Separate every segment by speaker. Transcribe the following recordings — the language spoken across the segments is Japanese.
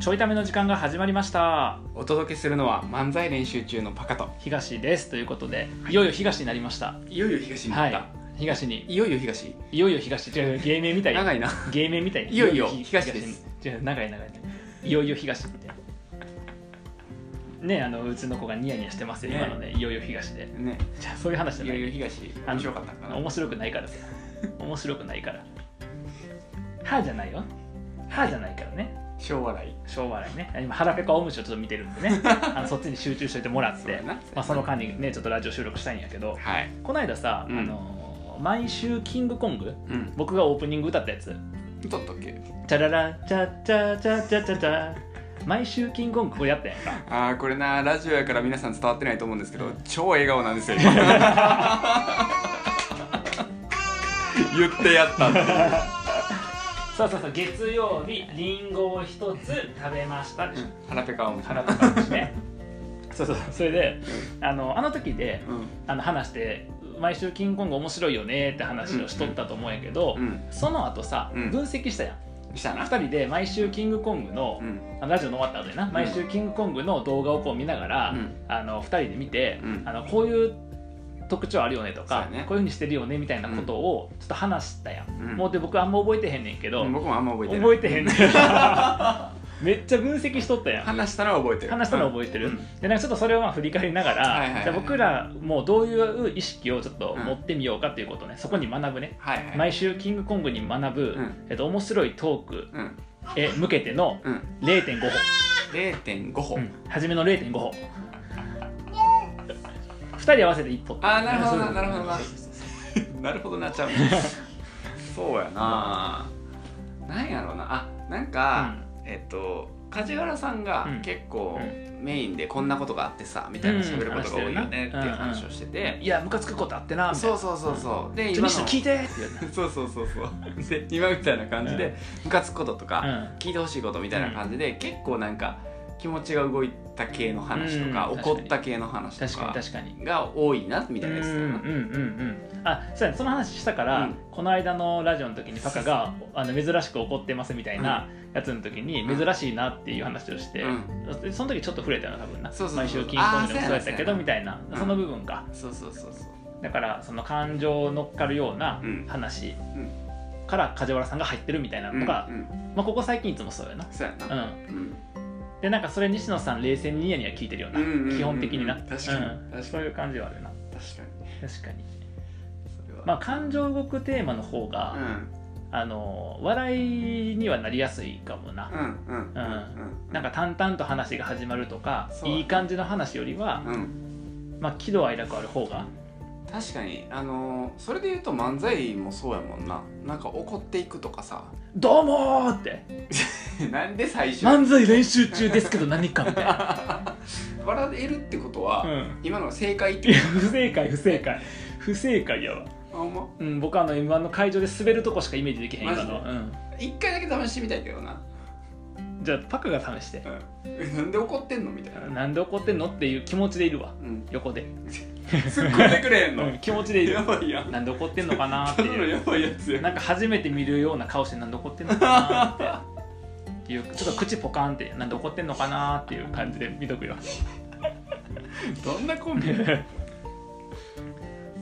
Speaker 1: ちょいための時間が始まりました
Speaker 2: お届けするのは漫才練習中のパカと
Speaker 1: 東ですということでいよいよ東になりました
Speaker 2: いよいよ東に行
Speaker 1: は
Speaker 2: った、
Speaker 1: い東に
Speaker 2: い、よいよ東
Speaker 1: いよいよ東違う芸名みたい
Speaker 2: 長いな
Speaker 1: 芸名みたい
Speaker 2: いよいよ東です
Speaker 1: 違う長い長いいよいよ東ってねあのうちの子がニヤニヤしてますよ今のねいよいよ東で
Speaker 2: ね
Speaker 1: じゃあそういう話じゃ
Speaker 2: い
Speaker 1: な
Speaker 2: よ
Speaker 1: い
Speaker 2: いよ東面白かったかな
Speaker 1: 面白くないからさ面白くないから歯じゃないよ歯じゃないからね
Speaker 2: 小笑い
Speaker 1: しょうがないね今腹ペコオウムシをちょっと見てるんで ねあのそっちに集中しといてもらっ
Speaker 2: そう
Speaker 1: て
Speaker 2: やな
Speaker 1: まあ、その間にねちょっとラジオ収録したいんやけど
Speaker 2: はい
Speaker 1: この間さ、
Speaker 2: うん
Speaker 1: あのー毎週キングコング
Speaker 2: うん
Speaker 1: 僕がオープニング歌ったやつ
Speaker 2: 歌ったっけ
Speaker 1: 「チャララチャチャチャチャチャチャ」毎週キングコングこれやったやんか
Speaker 2: ああこれなラジオやから皆さん伝わってないと思うんですけど超笑顔なん ですよ言ってやったっていう
Speaker 1: そうそうそう月曜日りんごを一つ食べましたでしょ
Speaker 2: 腹ペカオムシ
Speaker 1: 腹ペコオウムシね そうそうそれであのあの時で
Speaker 2: うん
Speaker 1: あの話して毎週キングコング面白いよねって話をしとったと思うんやけど、
Speaker 2: うん
Speaker 1: その後さ、
Speaker 2: うん
Speaker 1: 分析したやん
Speaker 2: したな
Speaker 1: 2人で毎週キングコングの
Speaker 2: う、ん
Speaker 1: あのラジオの終わった後でな毎週キングコングの動画をこう見ながら、
Speaker 2: うん
Speaker 1: あの2人で見て、
Speaker 2: うん
Speaker 1: あのこういう特徴あるよねとか
Speaker 2: そうやね
Speaker 1: こういうふうにしてるよねみたいなことをちょっと話したやん、
Speaker 2: うん
Speaker 1: もうで僕あんま覚えてへんねんけど、
Speaker 2: うん僕もあんま覚えてない
Speaker 1: 覚えてへんねん めっちゃ分析しとったやん
Speaker 2: 話したのは覚えてる
Speaker 1: 話したの覚えてる、
Speaker 2: うん
Speaker 1: でなんかちょっとそれをまあ振り返りながら、
Speaker 2: はいはい
Speaker 1: じゃあ僕らもうどういう意識をちょっと持ってみようかっていうことね、そこに学ぶね
Speaker 2: はいはい
Speaker 1: 毎週キングコングに学ぶ、
Speaker 2: うん
Speaker 1: えっと、面白いトーク
Speaker 2: うん
Speaker 1: へ向けての
Speaker 2: うん
Speaker 1: 0.5歩、
Speaker 2: 0.5歩、
Speaker 1: うん、初めの0.5歩2人合わせて1歩
Speaker 2: あーなるほどな
Speaker 1: そう
Speaker 2: なるほどな
Speaker 1: そうそうそう
Speaker 2: なるほどな ちゃうそうやななんやろうなあなんか、えっと梶原さんが
Speaker 1: うん
Speaker 2: 結構、
Speaker 1: う
Speaker 2: メインでこんなことがあってさみたいな喋ることが多いよねっていう話をして
Speaker 1: う
Speaker 2: て
Speaker 1: ん、いやムカつくことあってなみたい
Speaker 2: そ
Speaker 1: な
Speaker 2: うそうそうそうで
Speaker 1: ちょ
Speaker 2: 今の
Speaker 1: 西野聞いてっていう
Speaker 2: そうそうそうそうで今みたいな感じでムカつくこととか、
Speaker 1: な
Speaker 2: 聞いてほしいことみたいな感じで、結構なんか気持ちが動いた系の話とか、
Speaker 1: うん
Speaker 2: 怒った系の話
Speaker 1: 確
Speaker 2: と
Speaker 1: かに
Speaker 2: か
Speaker 1: 確かに
Speaker 2: が多いなみたいなや
Speaker 1: うん
Speaker 2: つ
Speaker 1: う
Speaker 2: だ
Speaker 1: ん
Speaker 2: よな
Speaker 1: うんうんあそうやねその話したから、
Speaker 2: うん
Speaker 1: この間のラジオの時にパカがあの珍しく怒ってますみたいなやつの時に
Speaker 2: うん
Speaker 1: 珍しいなっていう話をして、でその時ちょっと触れたよな多分な
Speaker 2: そうそうそう
Speaker 1: 毎週金曜日でもそうやったけど
Speaker 2: あーそうやな
Speaker 1: みたいな
Speaker 2: そうやな
Speaker 1: その部分か、
Speaker 2: そうそうそうそう
Speaker 1: だからその感情乗っかるような
Speaker 2: うん
Speaker 1: 話
Speaker 2: うん
Speaker 1: から梶原さんが入ってるみたいなのが、
Speaker 2: うんうん、
Speaker 1: まあ、ここ最近いつもそうやな
Speaker 2: そうやな、
Speaker 1: うん
Speaker 2: うん
Speaker 1: でなんかそれ西野さん冷静にニヤニヤ聞いてるような、
Speaker 2: うんうんうんうん
Speaker 1: 基本的にな
Speaker 2: 確か
Speaker 1: う
Speaker 2: に
Speaker 1: ん
Speaker 2: 確かに
Speaker 1: そういう感じはあるな
Speaker 2: 確かに
Speaker 1: 確かに
Speaker 2: それは
Speaker 1: まあ感情動くテーマの方が、
Speaker 2: うん
Speaker 1: あの笑いにはなりやすいかもな、
Speaker 2: うんうんうん
Speaker 1: なんか淡々と話が始まるとか
Speaker 2: そう
Speaker 1: いい感じの話よりは、
Speaker 2: うん
Speaker 1: まあ、喜怒哀楽ある方が
Speaker 2: 確かにあのーそれで言うと漫才もそうやもんななんか怒っていくとかさ
Speaker 1: 「どうも!」って
Speaker 2: なんで最
Speaker 1: 「
Speaker 2: 初
Speaker 1: 漫才練習中ですけど何か」みたいな、
Speaker 2: 笑えるってこと は、
Speaker 1: うん、
Speaker 2: 今のが正解っ
Speaker 1: い
Speaker 2: て
Speaker 1: や
Speaker 2: こ
Speaker 1: 不正解不正解不正解やわ、
Speaker 2: とあほんま
Speaker 1: うん、僕あの m 1の会場で滑るとこしかイメージできへん
Speaker 2: マ
Speaker 1: 今
Speaker 2: ジで
Speaker 1: の、
Speaker 2: 一回だけ試してみたいけどな、
Speaker 1: うん、じゃあパクが試して
Speaker 2: うんえ、なんで怒ってんのみたいな、
Speaker 1: 「なんで怒ってんの?」っていう気持ちでいるわ
Speaker 2: うん、
Speaker 1: 横で、
Speaker 2: 突っ込んでくれへんの、
Speaker 1: うん、気持ちでいる
Speaker 2: やばいやん
Speaker 1: なんで怒ってんのかなーって
Speaker 2: ただの
Speaker 1: いう
Speaker 2: やばいやつや
Speaker 1: なんか初めて見るような顔してなんで怒ってんのかなーっていう ちょっと口ポカンってなんで怒ってんのかなーっていう感じで見と くよ
Speaker 2: どんなコンビ や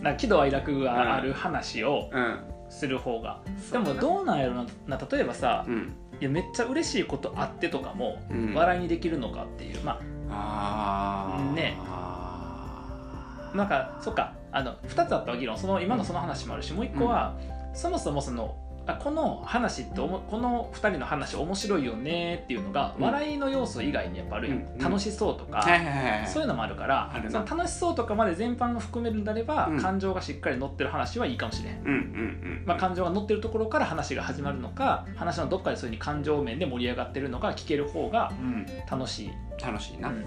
Speaker 1: なんか喜怒哀楽がある話を
Speaker 2: うん
Speaker 1: する方が、でもどうなんやろなな例えばさ
Speaker 2: うん
Speaker 1: いやめっちゃ嬉しいことあってとかも
Speaker 2: うん
Speaker 1: 笑いにできるのかっていう、ま
Speaker 2: あー
Speaker 1: ねあなんかそっかあの2つあったわ議論その今のその話もあるしもう1個は、そもそもそのあこの話っておもこの2人の話面白いよねっていうのが、
Speaker 2: うん
Speaker 1: 笑いの要素以外にやっぱあるやん、
Speaker 2: うん
Speaker 1: 楽しそうとか、
Speaker 2: はいはいはいはい
Speaker 1: そういうのもあるから
Speaker 2: ある
Speaker 1: そ
Speaker 2: な
Speaker 1: の楽しそうとかまで全般を含めるんであれば、
Speaker 2: うん
Speaker 1: 感情がしっかり乗ってる話はいいかもしれん。
Speaker 2: うんうんうん
Speaker 1: まあ、感情が乗ってるところから話が始まるのか話のどっかでそういうふうに感情面で盛り上がってるのが聞ける方が
Speaker 2: うん
Speaker 1: 楽しい
Speaker 2: 楽しいな
Speaker 1: うん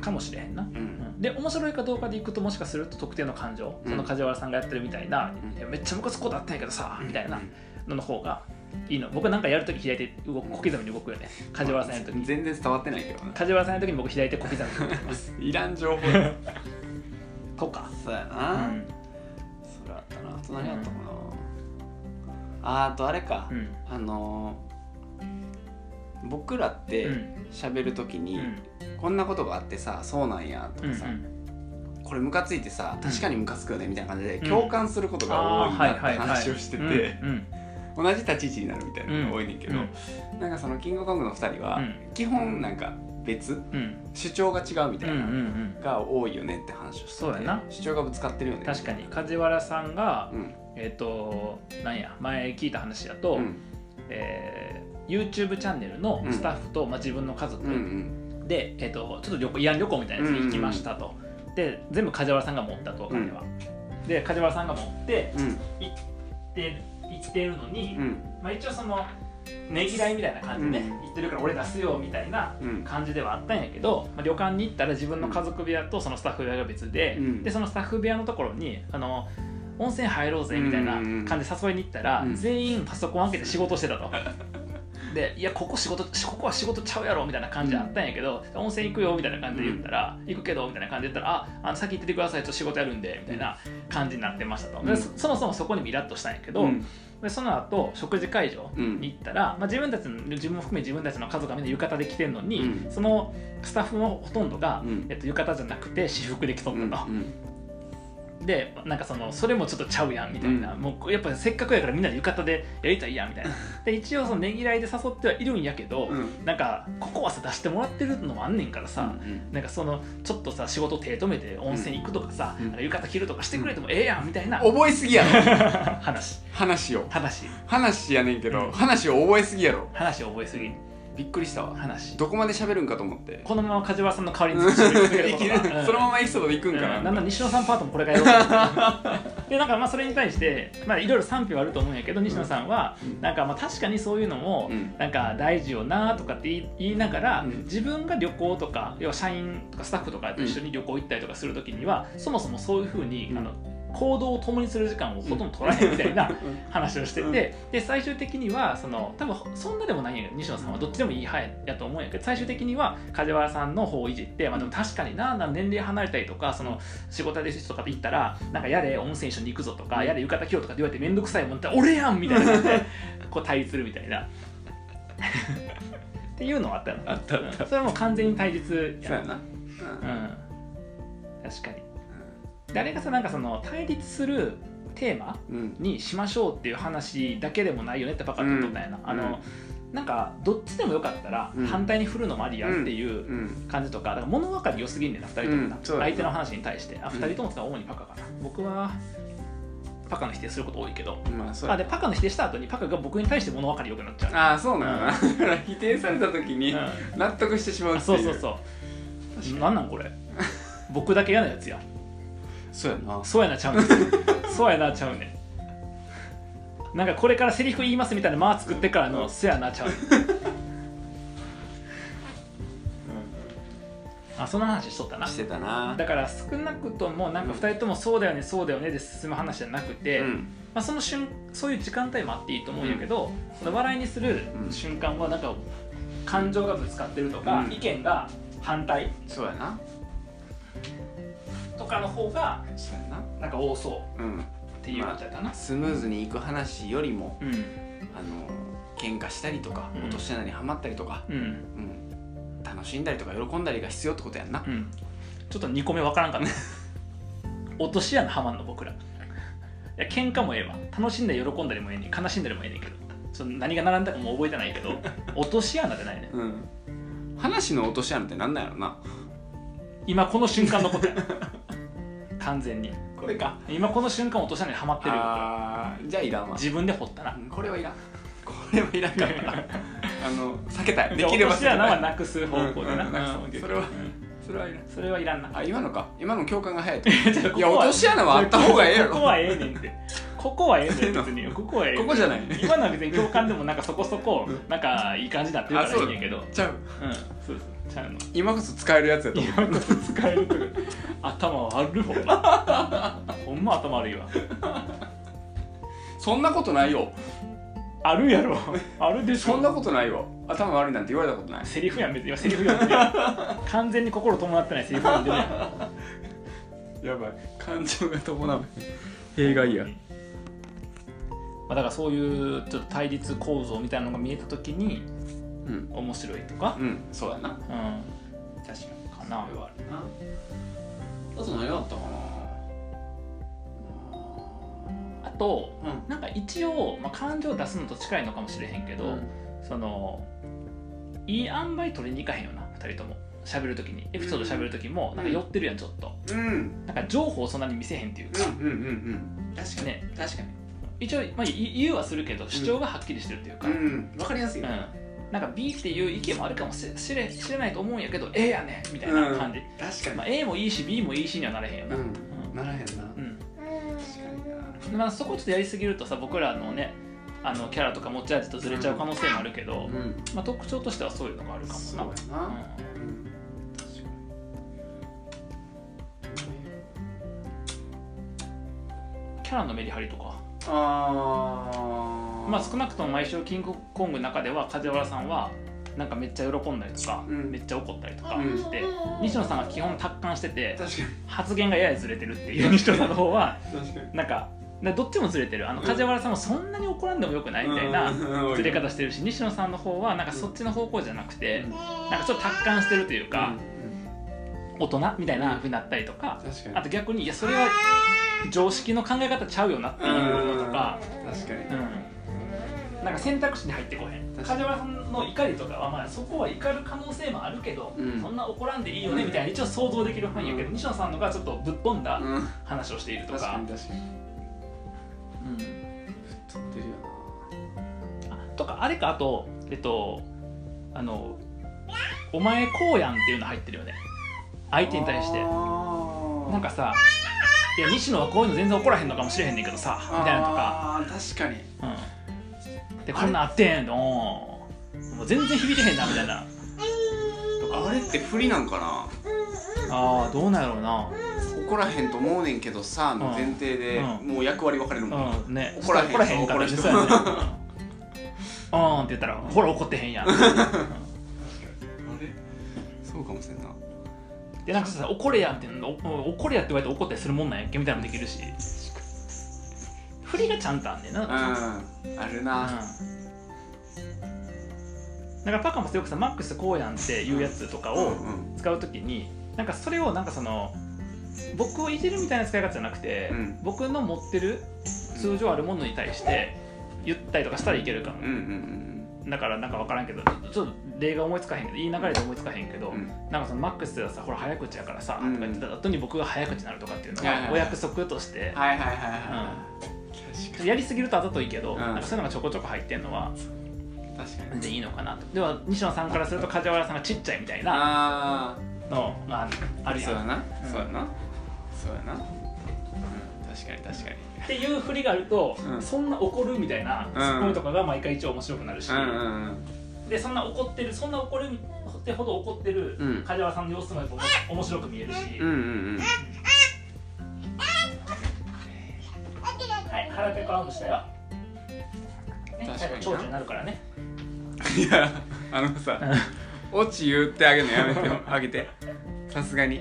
Speaker 1: かもしれへんな。
Speaker 2: うんうん
Speaker 1: で面白いかどうかでいくともしかすると特定の感情、
Speaker 2: うん
Speaker 1: その梶原さんがやってるみたいな、
Speaker 2: うん
Speaker 1: いやめっちゃムカつくことあったんやけどさ、みたいな
Speaker 2: うん
Speaker 1: のの方がいいの僕なんかやるとき左手動く小刻みに動くよね梶原さんやるとき
Speaker 2: 全然伝わってないけどな
Speaker 1: 梶原さんやるときに僕左手小刻みに動いてます
Speaker 2: いらん情報
Speaker 1: とか、
Speaker 2: そうや
Speaker 1: う
Speaker 2: な、
Speaker 1: ん
Speaker 2: それあったなあと何やったかな、あーあとあれか、
Speaker 1: うん
Speaker 2: あのー僕らっ
Speaker 1: う
Speaker 2: て
Speaker 1: ん
Speaker 2: 喋る時
Speaker 1: う
Speaker 2: に、
Speaker 1: ん
Speaker 2: こんなことがあってさそうなんやと
Speaker 1: うんう
Speaker 2: かさ、
Speaker 1: ん
Speaker 2: これムカついてさ
Speaker 1: ん
Speaker 2: 確かにムカつくよねみたいな感じで
Speaker 1: うん
Speaker 2: 共感することが多いなって話をしてて、
Speaker 1: うん
Speaker 2: 同じ立ち位置になるみたいなのが多いねんけど、
Speaker 1: うん
Speaker 2: なんかそのキングコングの2人は、
Speaker 1: うん
Speaker 2: 基本なんか
Speaker 1: う
Speaker 2: 別
Speaker 1: んうん
Speaker 2: 主張が違うみた
Speaker 1: う
Speaker 2: い
Speaker 1: んう
Speaker 2: な、
Speaker 1: んうん
Speaker 2: が多いよねって話をしてて
Speaker 1: そうやな
Speaker 2: 主張がぶつかってるよね
Speaker 1: 確かに梶原さんが
Speaker 2: うん
Speaker 1: えっ、となんや前聞いた話だと、
Speaker 2: うん
Speaker 1: えー YouTube チャンネルのスタッフと、まあ、自分の家族
Speaker 2: うんうん
Speaker 1: で、えっとちょっと旅行慰安旅行みたいなやつに行きましたと、で全部梶原さんが持ったとお金は、で梶原さんが持って
Speaker 2: うん
Speaker 1: 行って行ってるのに、
Speaker 2: うん
Speaker 1: まあ、一応そのねぎらいみたいな感じでね、
Speaker 2: うん
Speaker 1: 行ってるから俺出すよみたいな
Speaker 2: うん
Speaker 1: 感じではあったんやけど、まあ、旅館に行ったら自分の家族部屋とそのスタッフ部屋が別で、
Speaker 2: うん
Speaker 1: でそのスタッフ部屋のところにあの温泉入ろうぜみたいな感じで誘いに行ったら、
Speaker 2: うん
Speaker 1: 全員パソコン開けて仕事してたと。 でいやここ仕事ここは仕事ちゃうやろみたいな感じあったんやけど、温泉行くよみたいな感じで言ったら、行くけどみたいな感じで言ったらああの先行っててくださいちょっと仕事やるんでみたいな感じになってましたと、で
Speaker 2: うん
Speaker 1: そそもそもそこにもイラッとしたんやけど、
Speaker 2: うん
Speaker 1: でその後食事会場
Speaker 2: うん
Speaker 1: に行ったら、まあ、自分たちの自分も含め自分たちの家族がみんな浴衣で来てるのに、
Speaker 2: うん
Speaker 1: そのスタッフのほとんどが、
Speaker 2: うん
Speaker 1: えっと、浴衣じゃなくて私服で来と
Speaker 2: うん
Speaker 1: ったと、でなんかそのそれもちょっとちゃうやんみたいな、もうやっぱせっかくやからみんなで浴衣でやりたいやんみたいなで一応そのねぎらいで誘ってはいるんやけど、
Speaker 2: うん
Speaker 1: なんかここはさ出してもらってるのもあんねんからさ、
Speaker 2: うん
Speaker 1: なんかそのちょっとさ仕事手止めて温泉行くとかさ、
Speaker 2: うん
Speaker 1: なんか浴衣着るとかしてくれてもええやんみたいな、
Speaker 2: 覚えすぎやろ
Speaker 1: 話
Speaker 2: 話を
Speaker 1: 話
Speaker 2: 話やねんけど、
Speaker 1: うん
Speaker 2: 話を覚えすぎやろ
Speaker 1: 話を覚えすぎ
Speaker 2: びっくりしたわ
Speaker 1: 話
Speaker 2: どこまで喋るんかと思って
Speaker 1: このまま梶原さんの代わりに作ってくれる
Speaker 2: い
Speaker 1: こと
Speaker 2: け
Speaker 1: がう
Speaker 2: る
Speaker 1: ん
Speaker 2: そのままエピソードでいくんかな、
Speaker 1: うんなんなら西野さんパートもこれからやろう でなんかまあそれに対してまあいろいろ賛否はあると思うんやけど西野さんは
Speaker 2: うん
Speaker 1: なんかまあ確かにそういうのも
Speaker 2: うん
Speaker 1: なんか大事よなとかって言い言いながら
Speaker 2: うん
Speaker 1: 自分が旅行とか要は社員とかスタッフとかと一緒に旅行行ったりとかする時にはそもそもそういうふうに
Speaker 2: うん
Speaker 1: あの行動を共にする時間をほとんど取らないみたいな
Speaker 2: うん
Speaker 1: 話をしてて、
Speaker 2: うん
Speaker 1: で最終的にはその多分そんなでもないんやけど西野さんはどっちでもいい派やと思うんやけど最終的には梶原さんの方をいじって、まあ、でも確かになな年齢離れたりとかその仕事で人とかって言ったらなんかやれ温泉一緒に行くぞとかやれ浴衣着ようとかって言われて面倒くさいもんって俺やんみたいな 感じでこう対立するみたいな。っていうのはあったよな
Speaker 2: あったあった
Speaker 1: それはもう完全に対立
Speaker 2: そうや
Speaker 1: や
Speaker 2: な、
Speaker 1: う
Speaker 2: うん
Speaker 1: 確かに誰がさなんかその対立するテーマ
Speaker 2: んうん
Speaker 1: にしましょうっていう話だけでもないよねってばっかり言っとったんやな、
Speaker 2: ん
Speaker 1: あのなんかどっちでもよかったら
Speaker 2: うん
Speaker 1: 反対に振るのもありやっていう
Speaker 2: う
Speaker 1: うん感じとかだから物分かり良すぎんねんな2人ともな、
Speaker 2: うんそうだな
Speaker 1: 相手の話に対してあ
Speaker 2: うん
Speaker 1: 2人ともってのは主にパカかな僕はパカの否定すること多いけど
Speaker 2: まあそう
Speaker 1: あ
Speaker 2: や
Speaker 1: でパカの否定した後にパカが僕に対して物分かり良くなっちゃう
Speaker 2: ああ そうなのな、だから否定された時に
Speaker 1: う、
Speaker 2: 納得してしまうん
Speaker 1: あ
Speaker 2: ってい
Speaker 1: そううそうそう
Speaker 2: 確かに
Speaker 1: なんなんこれ僕だけ嫌なやつや
Speaker 2: そうやな
Speaker 1: そうやなちゃうねんそうやなちゃうねんなんかこれからセリフ言いますみたいな間作ってからの「そやなちゃうねん」あその話しとったな
Speaker 2: してたな
Speaker 1: だから少なくともなんか2人とも「そうだよねそうだよね」で進む話じゃなくて、
Speaker 2: うん
Speaker 1: まあ、その瞬そういう時間帯もあっていいと思うんやけど、その笑いにする瞬間はなんか感情がぶつかってるとか、
Speaker 2: うん
Speaker 1: 意見が反対
Speaker 2: そうやな
Speaker 1: とかの方が
Speaker 2: そうやな
Speaker 1: なんか多そう
Speaker 2: うん
Speaker 1: っていう感じやったな、
Speaker 2: スムーズにいく話よりも
Speaker 1: うん
Speaker 2: あの喧嘩したりとか
Speaker 1: うん
Speaker 2: 落とし穴にはまったりとか、
Speaker 1: うん
Speaker 2: うん、楽しんだりとか喜んだりが必要ってことやんな
Speaker 1: うん、ちょっと2個目分からんかった落とし穴はまんの僕らいや喧嘩もええわ楽しんだり喜んだりもええねん悲しんだりもええねんけどその何が並んだかもう覚えてないけど落とし穴じゃないね
Speaker 2: うん話の落とし穴ってなんなんやろな
Speaker 1: 今この瞬間のことや完全に
Speaker 2: これか
Speaker 1: 今この瞬間落とし穴にはまってるよ
Speaker 2: あーじゃあいらんわ
Speaker 1: 自分で掘ったな
Speaker 2: うんこれはいらんこれはいらんかった あの避けたいできれば
Speaker 1: 落と
Speaker 2: 避け
Speaker 1: し穴
Speaker 2: た
Speaker 1: はいなくす方向でな、
Speaker 2: うんうんなくす
Speaker 1: うん
Speaker 2: それは
Speaker 1: うん
Speaker 2: それはいらん
Speaker 1: それはいらんな
Speaker 2: あ今のか今の共感が早 いと
Speaker 1: ちょっと
Speaker 2: いや
Speaker 1: ここは
Speaker 2: 落とし穴はあった方がええやろ
Speaker 1: ここはええねんってここはええねん別にここはええね
Speaker 2: こ
Speaker 1: ん
Speaker 2: こじゃない ね
Speaker 1: 今のは別に共感でもなんかそこそこ
Speaker 2: うん
Speaker 1: なんかいい感じだって言うからいいんやけどうん
Speaker 2: ちゃう
Speaker 1: そうそうちゃうの
Speaker 2: 今こそ使えるやつやと思う
Speaker 1: 今こそ使えるという頭悪いほんまほんま頭悪いわ
Speaker 2: そんなことないよ
Speaker 1: あるやろあるでしょ
Speaker 2: そんなことないよ頭悪いなんて言われたことない
Speaker 1: セリフやん別に今セリフ読んでる完全に心伴ってないセリフ読んでるやん
Speaker 2: やばい感情が伴う弊害や
Speaker 1: まあだからそういうちょっと対立構造みたいなのが見えた時に
Speaker 2: うん
Speaker 1: 面白いとか、
Speaker 2: うんそうやな
Speaker 1: うん、
Speaker 2: 確か
Speaker 1: か
Speaker 2: に
Speaker 1: な
Speaker 2: それはあるなあと何があったか
Speaker 1: あと
Speaker 2: なうん
Speaker 1: なんか一応、まあ、感情を出すのと近いのかもしれへんけ
Speaker 2: け
Speaker 1: ど、そのいい塩梅取りに行かへんよな2人とも喋る時にエピソード喋る時も
Speaker 2: うん
Speaker 1: なんか寄ってるやんちょっと
Speaker 2: うんうん
Speaker 1: なんか情報をそんなに見せへんっていうか、
Speaker 2: うんうん確かに
Speaker 1: ね
Speaker 2: 確かに
Speaker 1: 一応、まあ、い言うはするけど主張がはっきりしてるっていうか、
Speaker 2: うんわかりやすいよ
Speaker 1: うんなんか B っていう意見もあるかもししれしれないと思うんやけど A やねみたいな感じ、
Speaker 2: 確
Speaker 1: ま
Speaker 2: か
Speaker 1: あ、A もいいし B もいいしにはなれへんよ
Speaker 2: に
Speaker 1: な、
Speaker 2: うん
Speaker 1: うん
Speaker 2: ならへんな確か
Speaker 1: うん
Speaker 2: にな
Speaker 1: まあ、そこちょっとやりすぎるとさ僕らのねあのキャラとか持ち味とずれちゃう可能性もあるけど、
Speaker 2: うん
Speaker 1: まあ、特徴としてはそういうのがあるか
Speaker 2: そう
Speaker 1: も
Speaker 2: や
Speaker 1: な
Speaker 2: なうん確かに
Speaker 1: うんキャラのメリハリとか、
Speaker 2: あー
Speaker 1: まあ、少なくとも毎週キングコングの中では梶原さんはなんかめっちゃ喜んだりとか、
Speaker 2: うん
Speaker 1: めっちゃ怒ったりとか
Speaker 2: うん
Speaker 1: して、西野さんは基本達観してて
Speaker 2: 確かに
Speaker 1: 発言がややずれてるっていう西野さんの方は
Speaker 2: 確かに
Speaker 1: なんかなどっちもずれてるあの
Speaker 2: うん
Speaker 1: 梶原さんもそんなに怒らんでもよくないみたいなずれ方してるし西野さんの方はなんかそっちの方向じゃなくてなんかちょっと達観してるというか、大人みたいなふうになったりとか
Speaker 2: 確かに
Speaker 1: あと逆にいやそれは常識の考え方ちゃうよなっていうのとか、
Speaker 2: 確かに
Speaker 1: うん、なんか選択肢に入ってこへん
Speaker 2: 確か
Speaker 1: 梶
Speaker 2: に
Speaker 1: 原さんの怒りとかはまあそこは怒る可能性もあるけど、
Speaker 2: うん
Speaker 1: そんな怒らんでいいよねみたいな一応想像できる範囲やけど、
Speaker 2: うん
Speaker 1: 西野さんのがちょっとぶっ飛んだ
Speaker 2: うん
Speaker 1: 話をしていると
Speaker 2: 確か
Speaker 1: か
Speaker 2: に。確かに
Speaker 1: うん
Speaker 2: 撮ってるよ
Speaker 1: あとかあれかあとえっとあの「お前こうやん」っていうの入ってるよね相手に対して
Speaker 2: な
Speaker 1: なんかさ「いや西野はこういうの全然怒らへんのかもしれへんねんけどさ」みたいなとか
Speaker 2: あー確かに
Speaker 1: 「うん、でこんなんあってんのもう全然響いてへんな」みたいな
Speaker 2: あれって不利なんか
Speaker 1: ああどうなんやろうな
Speaker 2: な怒らへんと思うねんけどさの前提で
Speaker 1: うん
Speaker 2: もう役割分かれるもんな
Speaker 1: うんね
Speaker 2: 怒らへん
Speaker 1: 怒らへんからね
Speaker 2: 怒
Speaker 1: そ
Speaker 2: ら
Speaker 1: う
Speaker 2: へ
Speaker 1: やね
Speaker 2: ん
Speaker 1: うんうんって言ったら「ほら怒ってへん やん」
Speaker 2: あれそうかもしれんな
Speaker 1: でなんかさ怒れやってお怒れやって言われて怒ったりするもんなんやっけみたいなのできるし振りがちゃんとあんねんな、
Speaker 2: うんあるな
Speaker 1: うんだからパカもさよくさマックスこうやんっていうやつとか
Speaker 2: うん
Speaker 1: を
Speaker 2: うん
Speaker 1: 使うときになんかそれをなんかその僕をいじるみたいな使い方じゃなくて、
Speaker 2: うん
Speaker 1: 僕の持ってる通常あるものに対して言ったりとかしたらいけるかも
Speaker 2: うん、うん
Speaker 1: だからなんか分からんけどちょっと例が思いつかへんけど言い流れで思いつかへんけど、
Speaker 2: うんうん
Speaker 1: なんかそのマックスがさほら早口やからさ、
Speaker 2: うん
Speaker 1: とか言ってた後に僕が早口になるとかっていうの
Speaker 2: はいはい
Speaker 1: が
Speaker 2: はい
Speaker 1: お約束として、
Speaker 2: はいはいはいはい確かに
Speaker 1: やりすぎるとあざといいけど、
Speaker 2: うん
Speaker 1: なんかそういうのがちょこちょこ入ってんのは
Speaker 2: 確か
Speaker 1: 全
Speaker 2: に
Speaker 1: 然いいのかなとでは西野さんからすると梶原さんがちっちゃいみたいな
Speaker 2: あ
Speaker 1: のがあ
Speaker 2: あ
Speaker 1: るや
Speaker 2: そうや
Speaker 1: ん
Speaker 2: な
Speaker 1: うん
Speaker 2: そうやなそうやなうん確かに確かに
Speaker 1: っていう振りがあると、
Speaker 2: うん
Speaker 1: そんな怒るみたいなツッコミとかが毎回一応面白くなるし、
Speaker 2: うん
Speaker 1: でそんな怒ってるそんな怒るってほど怒ってる
Speaker 2: うん
Speaker 1: 梶原さんの様子もやっぱ面白く見えるし、
Speaker 2: うんうんうんうん
Speaker 1: はい腹ペコアームしたよ、ね、
Speaker 2: 確かにな
Speaker 1: 最後長寿になるからね
Speaker 2: いやあのさオチ言ってあげるのやめて よあげてさすがに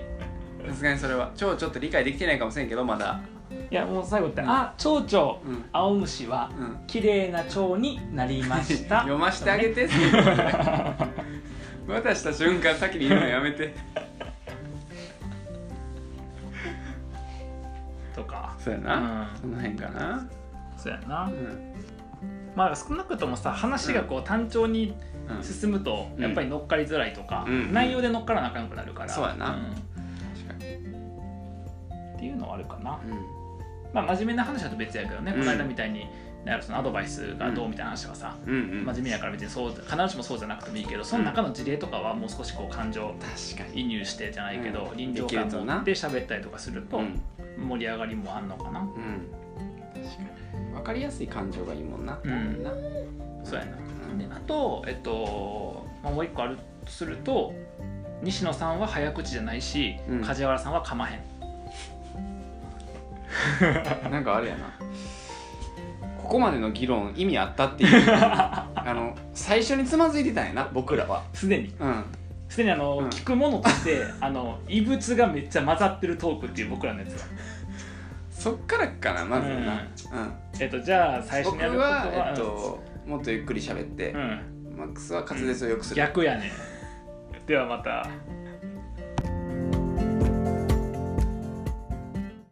Speaker 2: さすがにそれは超ちょっと理解できてないかもしれんけどまだ
Speaker 1: いやもう最後って「あ蝶々
Speaker 2: うん
Speaker 1: 青虫は
Speaker 2: うん
Speaker 1: 綺麗な蝶になりました」
Speaker 2: 読ましてあげて渡した瞬間先に言うのやめて
Speaker 1: とか
Speaker 2: そうや
Speaker 1: な
Speaker 2: その辺かな
Speaker 1: そうやな
Speaker 2: うん
Speaker 1: まあ少なくともさ話がこう単調に
Speaker 2: うん
Speaker 1: 進むと
Speaker 2: うん
Speaker 1: やっぱり乗っかりづらいとか、
Speaker 2: うん
Speaker 1: 内容で乗っからなあかんくなるから
Speaker 2: そうやな
Speaker 1: うん
Speaker 2: 確かに
Speaker 1: っていうのはあるかな、
Speaker 2: うん
Speaker 1: まあ真面目な話だと別やけどね、
Speaker 2: うん
Speaker 1: この間みたいになんやろそのアドバイスがどうみたいな話はさ、
Speaker 2: うんうん
Speaker 1: 真面目やから別にそう必ずしもそうじゃなくてもいいけどその中の事例とかはもう少しこう感情
Speaker 2: 確かに
Speaker 1: 移入してじゃないけど、
Speaker 2: うん
Speaker 1: 臨場感持って喋ったりとかすると
Speaker 2: うん
Speaker 1: 盛り上がりもあんのかな、
Speaker 2: うん確かに分かりやすい感情がいいもんな
Speaker 1: うん
Speaker 2: な
Speaker 1: そうやな
Speaker 2: うん
Speaker 1: であとえっと、まあ、もう一個あるとすると西野さんは早口じゃないし、
Speaker 2: うん
Speaker 1: 梶原さんはかまへん
Speaker 2: なんかあれやなここまでの議論意味あったっていう あの最初につまずいてたんやな僕らは
Speaker 1: すでに
Speaker 2: うん
Speaker 1: すでにあの、
Speaker 2: うん
Speaker 1: 聞くものとして あの異物がめっちゃ混ざってるトークっていう僕らのやつは、
Speaker 2: そっからかなまずな、
Speaker 1: うん
Speaker 2: うん
Speaker 1: えっと、じゃあ最初にやる
Speaker 2: 僕
Speaker 1: こと
Speaker 2: は
Speaker 1: は、
Speaker 2: えっともっとゆっくり喋って
Speaker 1: う、ん、
Speaker 2: マックスは滑舌を良くする、
Speaker 1: 逆やねではまた。